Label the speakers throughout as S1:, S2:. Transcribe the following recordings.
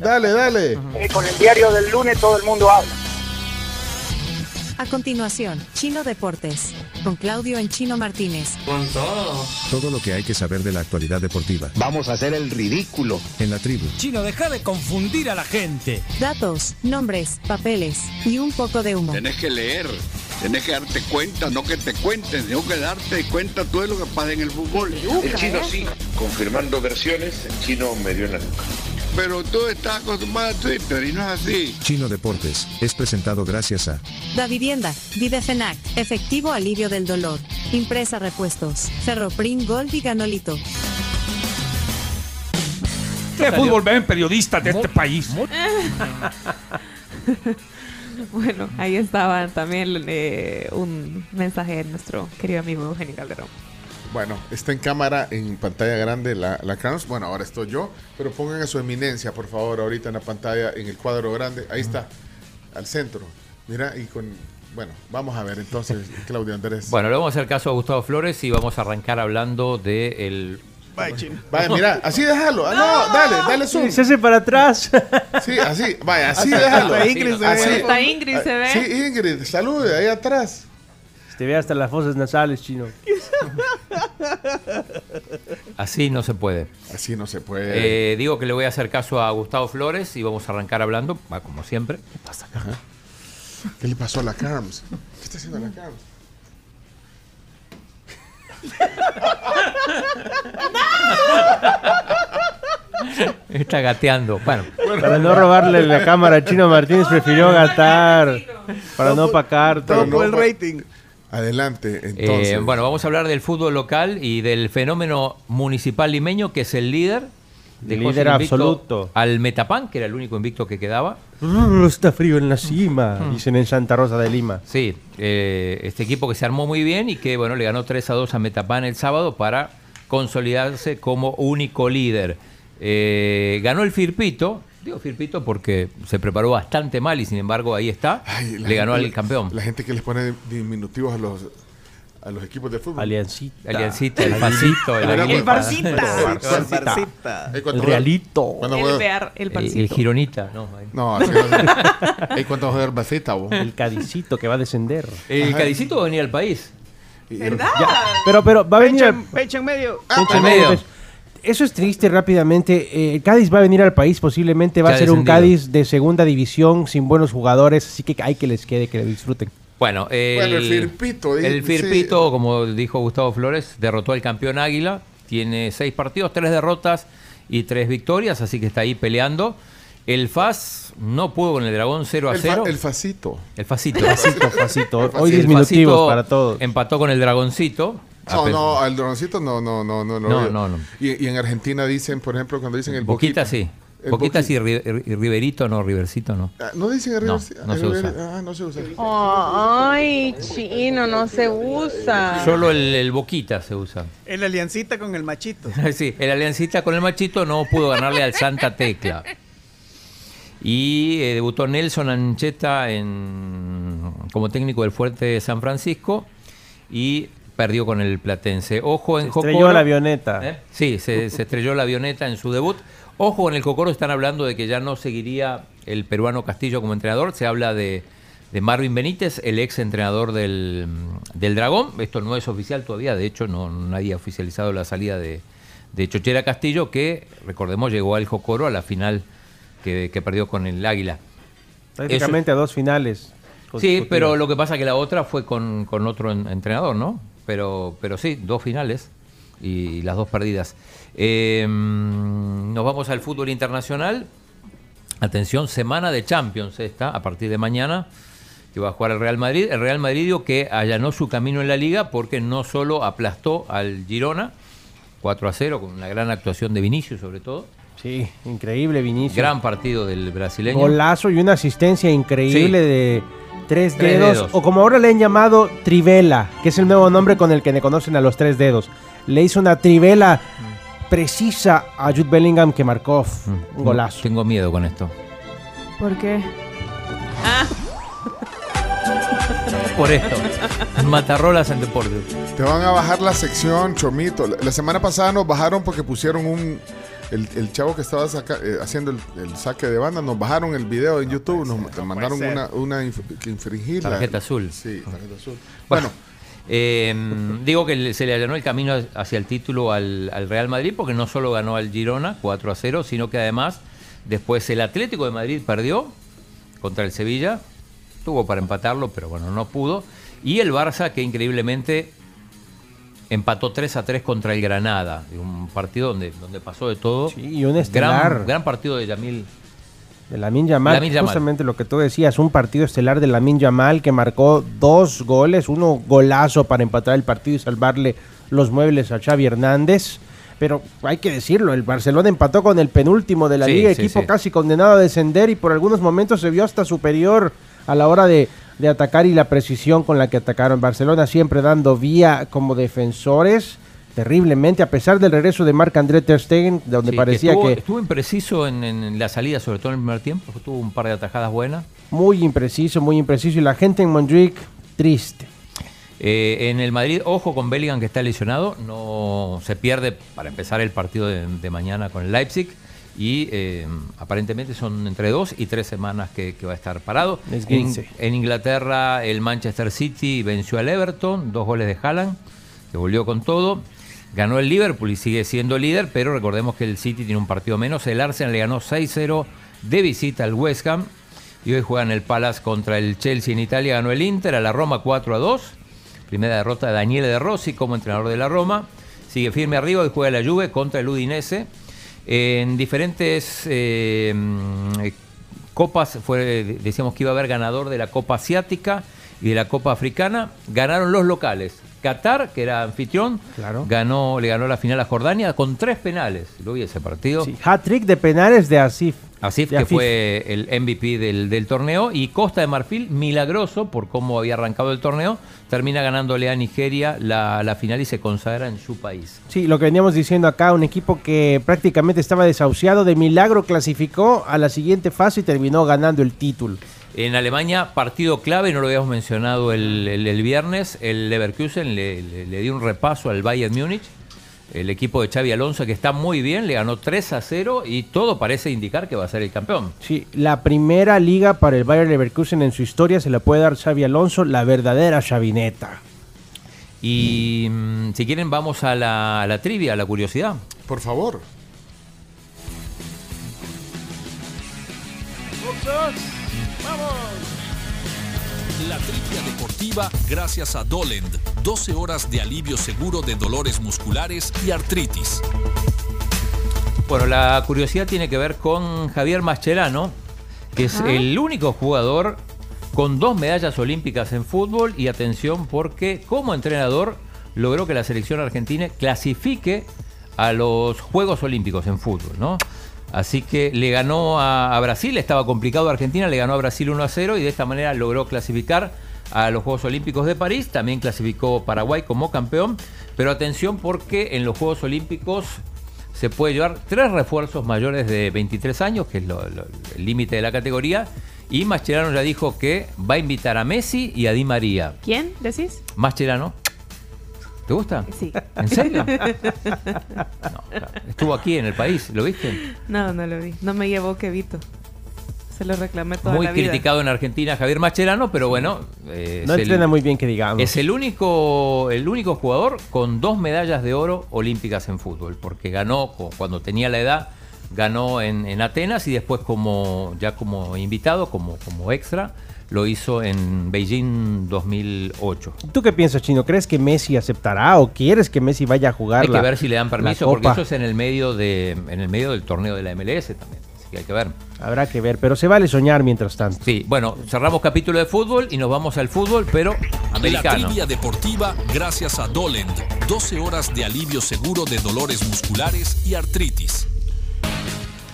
S1: Dale, dale.
S2: Eh, con el diario del lunes todo el mundo habla.
S3: A continuación, Chino Deportes, con Claudio en Chino Martínez.
S4: Con todo.
S5: Todo lo que hay que saber de la actualidad deportiva.
S6: Vamos a hacer el ridículo.
S5: En la tribu.
S7: Chino, deja de confundir a la gente.
S3: Datos, nombres, papeles y un poco de humo.
S8: Tenés que leer, tenés que darte cuenta, no que te cuenten, sino que darte cuenta todo lo que pasa en el fútbol.
S9: El chino sí, confirmando versiones, el chino me dio en la nuca.
S8: Pero tú estás acostumbrado a Twitter y no es así.
S5: Chino Deportes es presentado gracias a
S3: Da Vivienda, Videfenac, Efectivo Alivio del Dolor, Impresa Repuestos, Ferroprim Gold y Ganolito.
S10: ¿Qué fútbol ven periodistas de este país?
S11: Eh.
S12: Bueno, ahí estaban también eh, un mensaje de nuestro querido amigo Eugenio Calderón.
S1: Bueno, está en cámara, en pantalla grande la, la Carlos. Bueno, ahora estoy yo, pero pongan a su eminencia, por favor, ahorita en la pantalla, en el cuadro grande. Ahí está, al centro. Mira, y con. Bueno, vamos a ver entonces, Claudio Andrés.
S13: Bueno, le vamos a hacer caso a Gustavo Flores y vamos a arrancar hablando de el
S1: Vaya, mira, así déjalo. Ah, no, dale, dale zoom.
S11: Se hace para atrás.
S1: Sí, así, vaya, así déjalo.
S12: Hasta Ingrid se ve.
S1: Así.
S12: Hasta Ingrid se
S1: Eh,
S12: ve.
S1: Sí, Ingrid, salude ahí atrás.
S11: Te ve hasta las fosas nasales, chino.
S13: así no se puede.
S1: Así no se puede.
S13: Eh, digo que le voy a hacer caso a Gustavo Flores y vamos a arrancar hablando, va como siempre.
S1: ¿Qué le pasó a la Carms? ¿Qué está haciendo la Carms?
S13: Está gateando. Bueno, eh,
S11: Para no robarle la cámara a Chino Martínez, prefirió gastar para
S10: pues,
S11: no pacar
S1: Pero no
S11: todo.
S1: pa- Adelante, entonces.
S13: eh, bueno, vamos a hablar del fútbol local y del fenómeno municipal limeño que es el líder.
S11: El
S13: Dejó
S11: líder
S13: sin invicto
S11: absoluto.
S13: Al Metapan, que era el único invicto que quedaba.
S11: Brr, Uh, Está frío en la cima,
S10: Mm.
S11: dicen en Santa Rosa de Lima.
S13: Sí, eh, este equipo que se armó muy bien y que bueno le ganó 3 a 2 a Metapan el sábado para consolidarse como único líder. Eh, ganó el Firpito, digo Firpito porque se preparó bastante mal y sin embargo ahí está,
S1: Ay, la
S13: le ganó
S1: gente-
S13: al campeón.
S1: La gente que les pone diminutivos a los, a los equipos de fútbol.
S11: Aliancita.
S13: Aliancita, el pasito, el,
S1: Era
S13: Aguilita,
S1: muy
S11: Barcita.
S1: Barcita. Eh, cuando
S11: El
S1: juega-
S11: realito.
S1: cuando
S12: El,
S1: juega-
S12: bear, el
S13: el,
S12: pancito.
S13: el gironita. No, ahí.
S1: No, así no. Ey, ¿Cuánto va a jugar Barcita, vos?
S11: El cadicito que va a descender.
S13: el Cadicito va a venir al país.
S1: ¿Verdad?
S11: Pero, pero, va a venir. al-
S9: en medio.
S11: Pecho
S13: en
S11: en medio,
S13: medio.
S11: pecho. Eso es triste rápidamente. Eh, el Cádiz va a venir al país, posiblemente va
S13: Ya
S11: a ser un
S13: descendido.
S11: Cádiz de segunda división sin buenos jugadores, así que hay que les quede, que le disfruten.
S13: Bueno, el,
S1: Bueno, el Firpito, di-
S13: el Firpito, como dijo Gustavo Flores, derrotó al campeón Águila. Tiene seis partidos, tres derrotas y tres victorias, así que está ahí peleando. El FAS no pudo con el Dragón 0 a
S1: El, fa-
S13: 0.
S1: el facito.
S13: el Facito.
S11: Facito, facito. Hoy
S13: El
S11: disminutivos
S13: Facito
S11: para todos.
S13: Empató con el Dragoncito. A
S1: No,
S13: pe-
S1: no, al droncito no, no, no, no.
S13: Ah, pues No,
S1: veo.
S13: no, no.
S1: Y, y en Argentina dicen, por ejemplo, cuando dicen el
S13: Boquita,
S1: boquita.
S13: sí.
S1: El
S13: Boquita
S1: Boquita.
S13: sí, Ri- Ri- Riverito no, Rivercito no.
S1: Ah, No dicen el
S13: No,
S1: River-
S13: no
S1: el
S13: se usa.
S1: River- Ah, no se usa.
S14: ay, chino, no se usa.
S13: Solo el, el Boquita se usa.
S9: El aliancita con el machito.
S13: Sí, el aliancista con el machito no pudo ganarle al Santa Tecla. Y eh, debutó Nelson Ancheta en- como técnico del Fuerte de San Francisco y perdió con el Platense. Ojo en
S11: Se estrelló
S13: Jocoro.
S11: la avioneta.
S13: ¿Eh? Sí, se, se estrelló la avioneta en su debut. Ojo con el Cocoro, están hablando de que ya no seguiría el peruano Castillo como entrenador. Se habla de, de Marvin Benítez, el ex entrenador del, del Dragón. Esto no es oficial todavía, de hecho, no nadie ha oficializado la salida de, de Chochera Castillo, que recordemos llegó al Jocoro a la final que, que perdió con el Águila.
S11: Prácticamente a dos finales.
S13: Sí,
S11: consecutivas.
S13: pero lo que pasa es que la otra fue con, con otro en- entrenador, ¿no? Pero, pero sí, dos finales y las dos perdidas. Eh, mm, nos vamos al fútbol internacional. Atención, semana de Champions esta, a partir de mañana, que va a jugar el Real Madrid. El Real Madrid digo que allanó su camino en la liga porque no solo aplastó al Girona, 4 a 0, con una gran actuación de Vinicius sobre todo.
S11: Sí, increíble Vinicius.
S13: Gran partido del brasileño.
S11: Golazo y una asistencia increíble
S13: Sí.
S11: de tres,
S13: Tres
S11: dedos,
S13: dedos.
S11: o como ahora le han llamado Trivela, que es el nuevo nombre con el que le conocen a los tres dedos. Le hizo una Trivela precisa a Jude Bellingham que marcó f- un golazo.
S13: Mm. Tengo miedo con esto.
S12: ¿Por qué?
S13: Por esto. Matarrolas en deporte.
S1: Te van a bajar la sección, Chomito. La la semana pasada nos bajaron porque pusieron un, el, el chavo que estaba saca- eh, haciendo el, el saque de banda, nos bajaron el video en YouTube, nos mandaron
S13: puede
S1: una,
S13: ser.
S1: una inf- que infringir la-
S13: Tarjeta azul.
S1: Sí, tarjeta azul.
S13: Bueno. eh, digo que le- se le allanó el camino hacia el título al, al Real Madrid porque no solo ganó al Girona 4 a 0, sino que además después el Atlético de Madrid perdió contra el Sevilla, tuvo para empatarlo, pero bueno, no pudo. Y el Barça que increíblemente empató 3 a 3 contra el Granada, un partido donde, donde pasó de todo.
S11: y un estelar.
S13: gran, gran partido de Yamil
S11: De Lamin Yamal,
S13: Lamine Yamal.
S11: justamente lo que tú decías, un partido estelar de Lamin Yamal que marcó dos goles, uno golazo para empatar el partido y salvarle los muebles a Xavi Hernández. Pero hay que decirlo, el Barcelona empató con el penúltimo de la
S13: Sí,
S11: liga,
S13: sí,
S11: equipo
S13: sí.
S11: casi condenado a descender y por algunos momentos se vio hasta superior a la hora de, de atacar y la precisión con la que atacaron. Barcelona siempre dando vía como defensores terriblemente, a pesar del regreso de Marc André Ter Stegen, donde
S13: Sí,
S11: parecía
S13: estuvo,
S11: que
S13: estuvo impreciso en, en la salida, sobre todo en el primer tiempo. Tuvo un par de atajadas buenas.
S11: Muy impreciso, muy impreciso. Y la gente en Montjuic, triste.
S13: Eh, en el Madrid, ojo con Bellingham que está lesionado. No se pierde para empezar el partido de, de mañana con el Leipzig. Y eh, aparentemente son entre dos y tres semanas que, que va a estar parado. En,
S11: Esguince.
S13: en Inglaterra, el Manchester City venció al Everton, dos goles de Haaland, que volvió con todo. Ganó el Liverpool y sigue siendo líder, pero recordemos que el City tiene un partido menos. El Arsenal le ganó 6-0 de visita al West Ham. Y hoy juegan el Palace contra el Chelsea en Italia. Ganó el Inter, a la Roma 4-2. Primera derrota de Daniele De Rossi como entrenador de la Roma. Sigue firme arriba y juega la Juve contra el Udinese. En diferentes eh, mm, copas, fue, decíamos que iba a haber ganador de la Copa Asiática y de la Copa Africana. Ganaron los locales. Qatar, que era anfitrión, ganó, le ganó la final a Jordania con tres penales. Lo vi ese partido.
S11: Hat-trick de penales de Asif.
S13: Asif,
S11: De
S13: que
S11: Afif.
S13: fue el MVP del, del torneo, y Costa de Marfil, milagroso por cómo había arrancado el torneo, termina ganándole a Nigeria la, la final y se consagra en su país.
S11: Sí, lo que veníamos diciendo acá, un equipo que prácticamente estaba desahuciado, de milagro clasificó a la siguiente fase y terminó ganando el título.
S13: En Alemania, partido clave, no lo habíamos mencionado el, el- el viernes, el Leverkusen le, le- le dio un repaso al Bayern Múnich, el equipo de Xavi Alonso que está muy bien, le ganó 3 a 0 y todo parece indicar que va a ser el campeón.
S11: Sí, la primera liga para el Bayern Leverkusen en su historia se la puede dar Xavi Alonso, la verdadera chavineta.
S13: Y mm, si quieren vamos a la, a la trivia, a la curiosidad.
S1: Por favor.
S4: La trivia deportiva gracias a Dolend. 12 horas de alivio seguro de dolores musculares y artritis.
S13: Bueno, la curiosidad tiene que ver con Javier Mascherano, que es
S4: Ajá.
S13: el único jugador con dos medallas olímpicas en fútbol y atención porque como entrenador logró que la selección argentina clasifique a los Juegos Olímpicos en fútbol, ¿no? Así que le ganó a, a Brasil, estaba complicado Argentina, le ganó a Brasil 1 a 0 y de esta manera logró clasificar a los Juegos Olímpicos de París, también clasificó Paraguay como campeón, pero atención porque en los Juegos Olímpicos se puede llevar tres refuerzos mayores de 23 años, que es lo- lo- el límite de la categoría. Y Mascherano ya dijo que va a invitar a Messi y a Di María.
S12: ¿Quién decís?
S13: Mascherano, ¿te gusta?
S12: Sí.
S13: ¿En serio? Estuvo aquí en el país, ¿lo viste?
S12: no, no lo vi. No me llevó Kevito. Se lo reclamé toda
S13: Muy
S12: la vida.
S13: criticado en Argentina Javier Mascherano, pero bueno. eh,
S11: No
S13: es el-
S11: entrena muy bien que digamos.
S13: Es el único, el único jugador con dos medallas de oro olímpicas en fútbol, porque ganó cu- cuando tenía la edad, ganó en, en Atenas y después como ya como invitado, como, como extra, lo hizo en Beijing 2008.
S11: ¿Tú qué piensas, Chino? ¿Crees que Messi aceptará o quieres que Messi vaya a jugar
S13: Hay
S11: la-
S13: que ver si le dan
S11: la
S13: permiso, porque
S11: Copa?
S13: eso es en el medio de, en el medio del torneo de la MLS también. Así que hay que ver.
S11: Habrá que ver, pero se vale soñar mientras tanto.
S13: Sí, bueno, cerramos capítulo de fútbol y nos vamos al fútbol, pero
S4: La
S13: americano.
S4: trivia deportiva gracias a Dolend. 12 horas de alivio seguro de dolores musculares y artritis.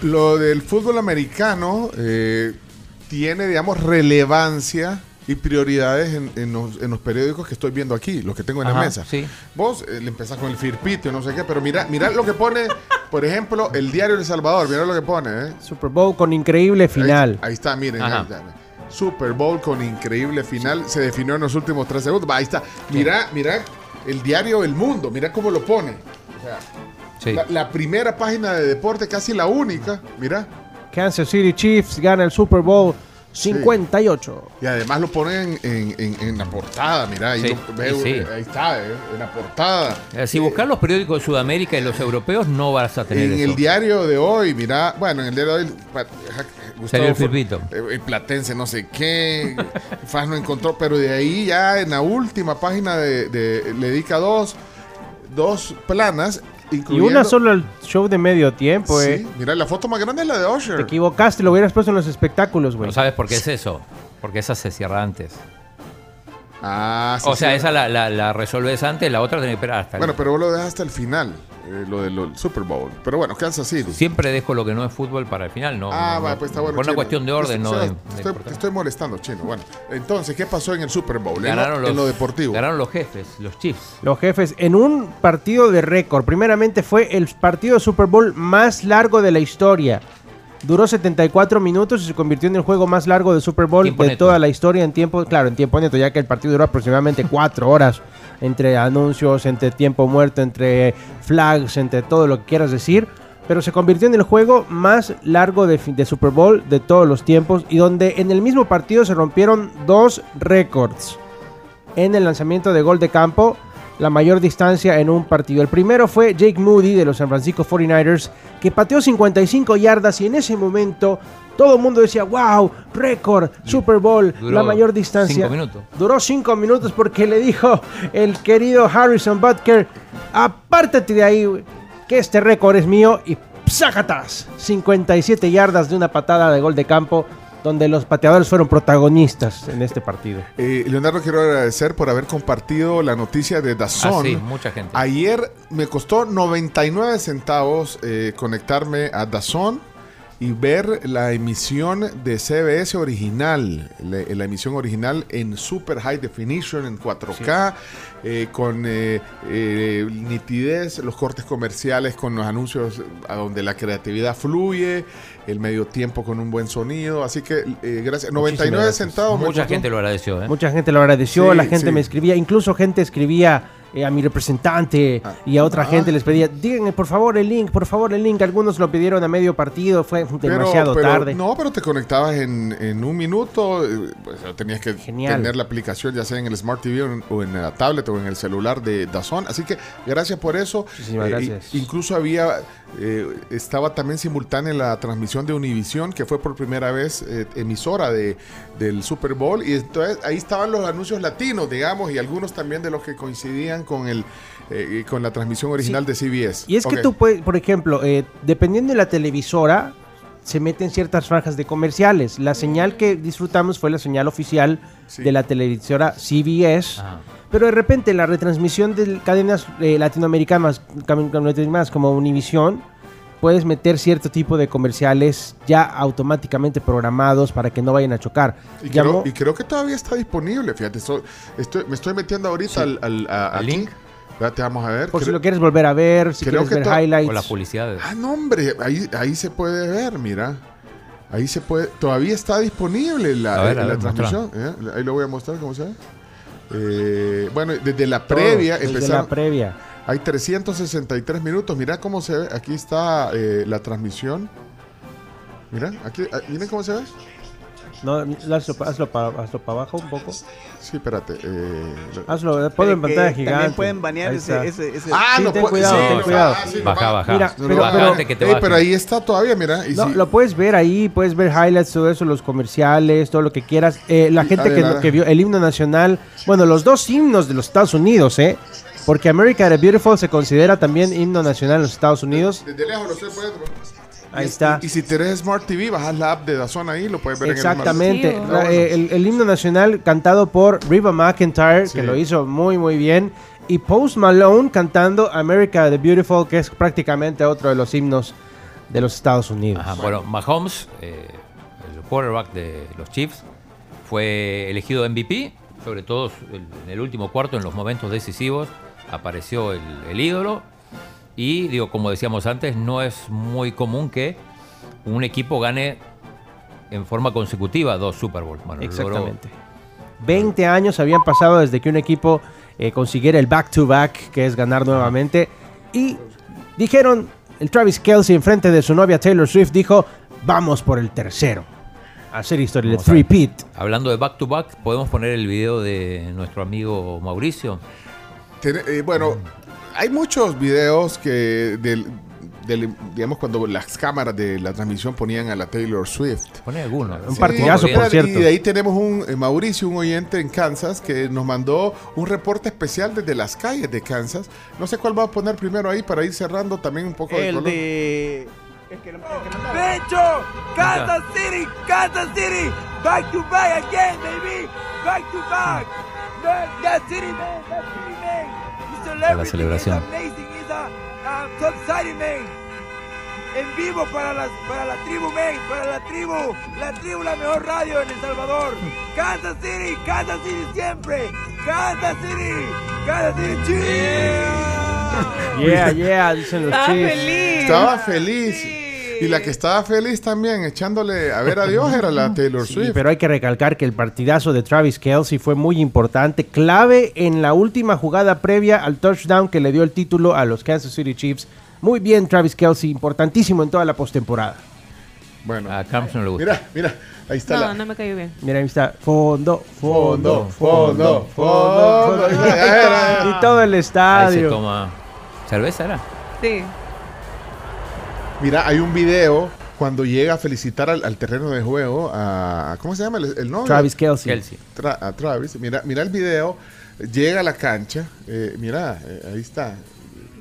S1: Lo del fútbol americano eh, tiene, digamos, relevancia y prioridades en, en los, en los periódicos que estoy viendo aquí, los que tengo en
S13: Ajá,
S1: la mesa.
S13: sí.
S1: Vos eh, le empezás con el firpito y no sé qué, pero mira, mira lo que pone, por ejemplo, el diario El Salvador, mira lo que pone, ¿eh?
S11: Super Bowl con increíble final.
S1: Ahí está, miren.
S11: Ajá.
S1: ahí está. Super Bowl con increíble final. Se definió en los últimos tres segundos. Va, ahí está. Mira, mira el diario El Mundo. Mira cómo lo pone. O sea, La, la primera página de deporte, casi la única, mira.
S11: Kansas City Chiefs gana el Super Bowl 58.
S1: Y además lo ponen en, en- en la portada, mira, ahí,
S13: Sí,
S1: lo- veo,
S13: sí.
S1: eh, ahí está, eh, en la portada.
S13: Eh, Si buscas los periódicos de Sudamérica y los europeos, no vas a tener
S1: En
S13: eso.
S1: el diario de hoy, mira, bueno, en el diario de hoy, pa- ja-
S13: Salió el
S1: Fol-
S13: Pepito.
S1: eh, el Platense no sé qué, Faz no encontró, pero de ahí ya en la última página de, de- le dedica dos, dos planas,
S11: Y
S1: incluyendo...
S11: una solo el show de medio tiempo,
S1: Sí,
S11: eh.
S1: mira, la foto más grande es la de
S11: Te
S1: Usher.
S11: equivocaste, lo hubieras puesto en los espectáculos, güey.
S13: No sabes por qué es eso. Porque esa se cierra antes.
S1: Ah, sí,
S13: o sea,
S1: sí.
S13: esa la, la, la resolves antes, la otra tenés que esperar hasta el-
S1: Bueno, pero vos lo dejas hasta el final, eh, lo del lo- Super Bowl. Pero bueno, Kansas City.
S13: Siempre dejo lo que no es fútbol para el final, ¿no?
S1: Ah,
S13: no,
S1: va,
S13: no,
S1: pues está bueno.
S13: Por una
S1: Chino. Pues,
S13: cuestión de orden,
S1: O
S13: ¿no?
S1: sea,
S13: de- de
S1: estoy- te
S13: cortar.
S1: estoy molestando, chino. Bueno, entonces, ¿qué pasó en el Super Bowl? En lo-
S13: Ganaron los-
S1: en lo deportivo.
S13: Ganaron los jefes, los Chiefs.
S11: Los jefes en un partido de récord. Primeramente fue el partido de Super Bowl más largo de la historia. Duró 74 minutos y se convirtió en el juego más largo de Super Bowl
S13: Tiempo
S11: de
S13: neto.
S11: toda la historia en tiempo, claro, en tiempo neto, ya que el partido duró aproximadamente 4 horas entre anuncios, entre tiempo muerto, entre flags, entre todo lo que quieras decir, pero se convirtió en el juego más largo de, fi- de Super Bowl de todos los tiempos y donde en el mismo partido se rompieron dos récords en el lanzamiento de gol de campo, la mayor distancia en un partido. El primero fue Jake Moody de los San Francisco 49ers, que pateó 55 yardas y en ese momento todo el mundo decía, wow, récord, Super Bowl,
S13: Duró
S11: la mayor distancia.
S13: cinco minutos.
S11: Duró 5 minutos porque le dijo el querido Harrison Butker, apártate de ahí, güey, que este récord es mío y ¡psácatas! 57 yardas de una patada de gol de campo donde los pateadores fueron protagonistas en este partido.
S1: Eh, Leonardo, quiero agradecer por haber compartido la noticia de Dazón.
S13: Ah, sí, mucha gente.
S1: Ayer me costó 99 centavos eh, conectarme a Dazón y ver la emisión de CBS original, le- la, emisión original en Super High Definition, en 4K, eh, con eh, eh, nitidez, los cortes comerciales, con los anuncios a donde la creatividad fluye, el medio tiempo con un buen sonido. Así que, eh, gracias. 99
S13: gracias.
S1: centavos. me
S13: Mucha
S1: costó.
S13: gente lo agradeció, ¿eh?
S11: Mucha gente lo agradeció,
S1: Sí,
S11: la gente
S1: sí.
S11: me escribía, incluso gente escribía eh, a mi representante
S1: Ah.
S11: y a otra gente les pedía, díganme por favor el link, por favor el link. Algunos lo pidieron a medio partido, fue
S1: Pero-
S11: demasiado
S1: pero-
S11: tarde.
S1: No, pero te conectabas en, en un minuto. eh, pues, tenías que
S11: Genial.
S1: tener la aplicación, ya sea en el Smart TV o en, o en la tablet o en el celular de Dazón. Así que gracias por eso.
S11: Muchísimas
S1: Eh,
S11: gracias.
S1: i- Incluso había. eh, estaba también simultánea la transmisión de Univisión, que fue por primera vez eh, emisora de, del Super Bowl. Y entonces ahí estaban los anuncios latinos, digamos, y algunos también de los que coincidían con el. eh, con la transmisión original de CBS.
S11: Y es que
S1: Ok.
S11: tú puedes, por ejemplo, eh, dependiendo de la televisora, se meten ciertas franjas de comerciales. La señal que disfrutamos fue la señal oficial de la televisora CBS. Pero de repente la retransmisión de cadenas eh, latinoamericanas cam- cam- latinoamericanas como Univision, puedes meter cierto tipo de comerciales ya automáticamente programados para que no vayan a chocar.
S1: Y
S11: Llamó-
S1: creo, y creo que todavía está disponible, fíjate. so- estoy, me estoy metiendo ahorita al, al- a- aquí. Espérate, vamos a ver.
S11: por si
S1: creo-
S11: lo quieres volver a ver, si
S1: creo
S11: quieres
S1: que
S11: ver
S1: to-
S11: highlights.
S13: Con las publicidades.
S1: Ah, no, hombre, ahí, ahí se puede ver, mira. Ahí se puede. Todavía está disponible la,
S13: A ver, a
S1: la
S13: ver,
S1: transmisión. ¿eh? Ahí lo voy a mostrar, ¿cómo se ve? Eh, bueno, desde la previa
S11: Todo, desde
S1: empezaron-
S11: la previa.
S1: Hay 363 minutos. Mira cómo se ve. Aquí está eh, la transmisión. Mira, aquí, ah, miren cómo se ve.
S11: No, hazlo, pa- hazlo para abajo un poco.
S1: Sí, espérate. eh, lo-
S11: Hazlo, ponlo en
S15: que
S11: pantalla
S15: también
S11: gigante.
S15: pueden banear
S11: Ahí
S15: ese-
S11: está.
S15: ese- ese-
S1: Ah,
S11: Sí,
S1: no
S11: ten
S1: puede-
S11: cuidado,
S1: sí,
S11: ten
S1: no,
S11: cuidado.
S1: ah, sí,
S13: Baja,
S1: no,
S13: baja.
S11: Mira,
S1: no,
S11: pero-
S1: baja.
S11: pero-
S13: antes que te
S1: Ey,
S13: bajen.
S1: pero ahí está todavía, mira. y
S11: No,
S1: sí.
S11: lo puedes ver ahí, puedes ver highlights, todo eso, los comerciales, todo lo que quieras. Eh, la
S1: Y
S11: gente que,
S1: adelante.
S11: que vio el himno nacional, bueno, los dos himnos de los Estados Unidos, ¿eh? Porque America the Beautiful se considera también himno nacional en los Estados Unidos.
S1: Desde lejos lo estoy pudiendo.
S11: Ahí
S1: Y-
S11: está.
S1: Y, y si tenés Smart TV, bajas la app de Dazón ahí, lo puedes ver
S11: Exactamente.
S1: en el Ah,
S11: Ra- eh, el, el himno nacional cantado por Riva McIntyre, que lo hizo muy, muy bien. Y Post Malone cantando America the Beautiful, que es prácticamente otro de los himnos de los Estados Unidos.
S13: Ajá, bueno, Mahomes, eh, el quarterback de los Chiefs, fue elegido MVP, sobre todo el- en el último cuarto, en los momentos decisivos, apareció el, el ídolo. Y digo, como decíamos antes, no es muy común que un equipo gane en forma consecutiva dos Super Bowl. Bueno, lo logró.
S11: Exactamente. 20 años habían pasado desde que un equipo eh, consiguiera el back-to-back, que es ganar nuevamente. Y Dijeron, el Travis Kelsey enfrente de su novia Taylor Swift dijo, vamos por el tercero. Hacer historia, el
S13: Vamos a ver.
S11: three-peat.
S13: Hablando de back to back, podemos poner el video de nuestro amigo Mauricio.
S1: Tiene- eh, bueno, hay muchos videos que del, del- digamos cuando las cámaras de la transmisión ponían a la Taylor Swift.
S13: Pone alguno.
S1: Sí, y- Y de ahí tenemos un eh, Mauricio, un oyente en Kansas, que nos mandó un reporte especial desde las calles de Kansas. No sé cuál va a poner primero ahí para ir cerrando también un poco
S15: El
S1: color.
S15: de. ¡Pecho! ¡Kansas City! ¡Kansas City! ¡Back to back again, baby! ¡Back to back! Man, that city, man! That city, man! It's a
S13: A la
S15: celebrity,
S13: celebración.
S15: it's amazing! It's a, a top exciting, man! En vivo para, las, para la tribu, man! ¡Para la tribu! ¡La tribu, la mejor radio en El Salvador! ¡Kansas City! ¡Kansas City siempre! ¡Kansas City! ¡Kansas City!
S11: Yeah, yeah, dicen los
S15: Estaba
S11: chiefs.
S15: feliz.
S1: Estaba feliz. Y la que estaba feliz también, echándole a ver a Dios, era la Taylor
S11: Sí,
S1: Swift.
S11: pero hay que recalcar que el partidazo de Travis Kelsey fue muy importante, clave en la última jugada previa al touchdown que le dio el título a los Kansas City Chiefs. Muy bien, Travis Kelsey, importantísimo en toda la postemporada.
S1: Bueno.
S11: Ah,
S13: A Camps no le gusta.
S1: Mira, mira, ahí está la.
S12: No, no me cayó bien.
S11: Mira, ahí está, fondo, fondo,
S1: Fondo,
S11: fondo,
S1: fondo,
S11: fondo.
S1: fondo.
S11: Y todo el
S13: Ahí se
S11: estadio.
S13: toma cerveza, ¿era?
S12: Sí.
S1: Mira, hay un video cuando llega a felicitar al, al terreno de juego a. ¿Cómo se llama el, el nombre?
S11: Travis Kelce. Kelce.
S1: Tra- a Travis. Mira, mira el video. Llega a la cancha. eh, mira, eh, ahí está.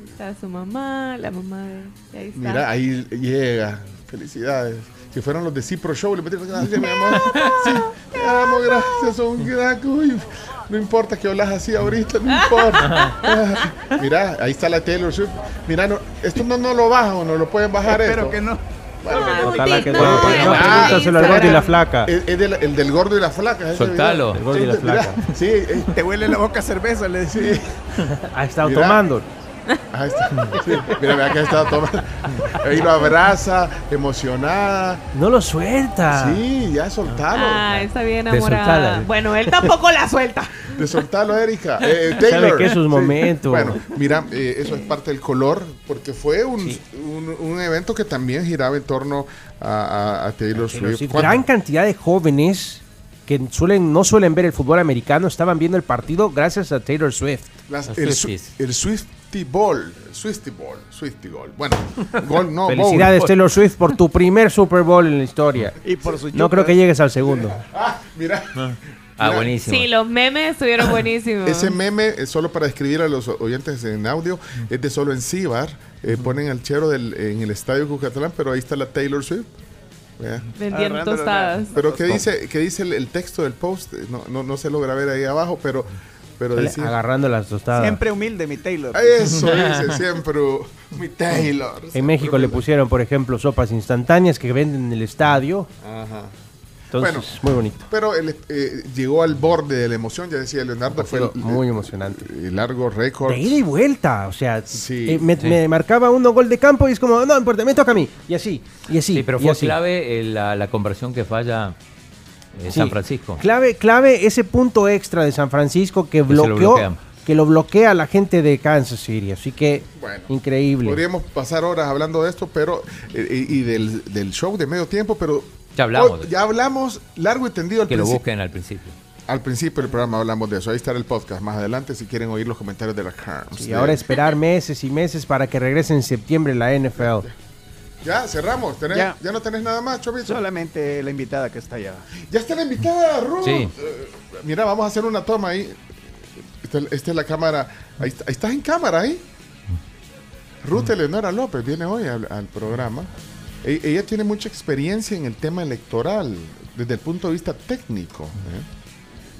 S12: Está su mamá, la mamá de. y ahí está.
S1: Mira, ahí llega. Felicidades. Si fueron los de Cipro Show, le metieron gracias, mi amor. Sí, te amo, gracias, son un crack. Uy, no importa que hablas así ahorita, no importa. Ah, Mira, ahí está la Taylor Swift. Mira, no, esto no, no lo bajan o no lo pueden bajar.
S15: Espero
S1: esto.
S15: que no.
S11: Ojalá que no. No, pregúntaselo al gordo y la flaca.
S1: Es, es del- el del gordo y la flaca. ese
S13: Soltalo.
S1: video.
S13: El gordo y la
S1: Mira,
S13: flaca.
S1: Sí, eh,
S15: Te huele la boca a cerveza, le decía.
S11: Ha estado
S1: Mira.
S11: tomando.
S1: ahí está. Sí, mira, mira que estaba tomando. Ahí lo abraza, emocionada.
S11: No lo
S15: Ah.
S11: suelta.
S1: Sí, ya soltalo.
S12: Ah, está bien
S11: soltala.
S12: enamorada. Bueno, él tampoco la suelta.
S1: De soltarlo, Erika. Eh,
S11: Sabe
S1: Taylor.
S11: que es sus
S1: Sí.
S11: momentos.
S1: Bueno, mira, eh, eso es parte del color, porque fue un, un, un evento que también giraba en torno a, a- a Taylor
S11: Pero
S1: Swift.
S11: sí,
S1: ¿Cuándo?
S11: gran cantidad de jóvenes que suelen, no suelen ver el fútbol americano estaban viendo el partido gracias a Taylor Swift.
S1: Las-
S11: Los
S1: el,
S11: Swifties.
S1: Swi- el Swifty Ball. el Swifty Ball. Swifty Ball. Bueno, gol no.
S11: Felicidades
S1: bowl.
S11: Taylor Swift por tu primer Super Bowl en la historia.
S15: Y por su
S11: No creo que llegues al segundo.
S1: Mira.
S13: Ah,
S1: Mira,
S13: buenísimo.
S12: Sí, los memes estuvieron buenísimos.
S1: Ese meme, eh, solo para describir a los oyentes en audio, es de solo en Cibar. eh, ponen al chero del, en el estadio Cucatlán, pero ahí está la Taylor Swift. Vea.
S12: Vendiendo
S15: Agarrándolo,
S12: tostadas.
S1: Pero ¿qué dice, qué dice el, el texto del post? Eh, No, no, no se logra ver ahí abajo, pero, pero
S11: Sale
S1: decía...
S11: Agarrando las tostadas.
S15: Siempre humilde, mi Taylor.
S1: Eso dice siempre uh, mi Taylor.
S11: En México le pusieron, por ejemplo, sopas instantáneas que venden en el estadio.
S1: Ajá.
S11: Entonces,
S1: Bueno.
S11: muy bonito.
S1: Pero él, eh, llegó al borde de la emoción, ya decía Leonardo, fue el,
S11: Muy emocionante.
S1: el largo récord.
S11: De ida y vuelta, o sea,
S1: Sí,
S11: eh, me,
S13: sí.
S11: me marcaba uno gol de campo y es como, no, no importa, me toca a mí. Y así, y así.
S13: Sí, pero
S11: y
S13: fue
S11: así.
S13: clave eh, la, la conversión que falla eh,
S11: Sí.
S13: San Francisco.
S11: Clave, clave ese punto extra de San Francisco que
S13: se lo
S11: bloqueó,
S13: bloquean.
S11: que lo bloquea la gente de Kansas City. Así que,
S1: Bueno.
S11: increíble.
S1: Podríamos pasar horas hablando de esto, pero eh, y, y del, del show de medio tiempo, pero
S13: Ya hablamos
S1: hoy-
S13: de eso.
S1: ya hablamos largo y tendido al
S13: Que lo
S1: principio.
S13: busquen al principio.
S1: Al principio del programa hablamos de eso. Ahí estará el podcast más adelante si quieren oír los comentarios de la Carms.
S11: Y
S1: De-
S11: ahora esperar meses y meses para que regrese en septiembre la NFL.
S1: Ya, cerramos. ¿Tenés- ya.
S15: Ya.
S1: no tenés nada más, Chomito.
S15: Solamente la invitada que está allá.
S1: Ya está la invitada, Ruth.
S13: Sí.
S1: Eh, mira, vamos a hacer una toma ahí. Esta, esta es la cámara. Ahí, está- ahí estás en cámara ahí. Ruth Eleonora López viene hoy al, al programa. E- ella tiene mucha experiencia en el tema electoral, desde el punto de vista técnico. ¿eh?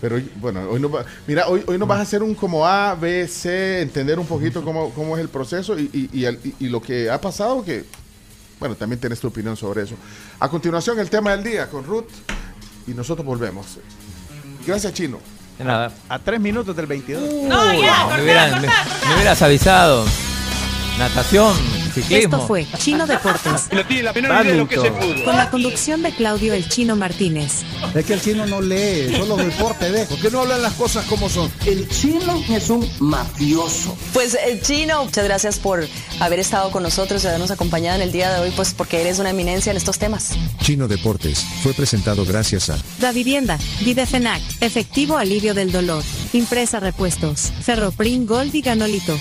S1: Pero hoy- bueno, hoy nos, va- mira, hoy, hoy nos vas a hacer un como A, B, C, entender un poquito cómo, cómo es el proceso y, y- y al- y- y lo que ha pasado, que bueno, también tienes tu opinión sobre eso. A continuación, el tema del día con Ruth y nosotros volvemos. Gracias, Chino.
S13: De nada.
S15: A tres minutos del 22.
S12: No, ya,
S13: Me
S12: cortá,
S13: hubieran-
S12: cortá,
S13: me- me hubieras avisado. Natación.
S3: Esto fue Chino Deportes.
S15: Lo tiene la menor idea de lo que es el fútbol.
S3: Con la conducción de Claudio El Chino Martínez.
S11: Es que el chino no lee, solo deporte ve. ¿Por qué no hablan las cosas como son?
S4: El chino es un mafioso.
S12: Pues el chino, muchas gracias por haber estado con nosotros y habernos acompañado en el día de hoy, pues porque eres una eminencia en estos temas.
S16: Chino Deportes fue presentado gracias a
S3: La Vivienda, Videfenac, Efectivo Alivio del Dolor, Impresa Repuestos, Ferroprim Gold y Ganolito.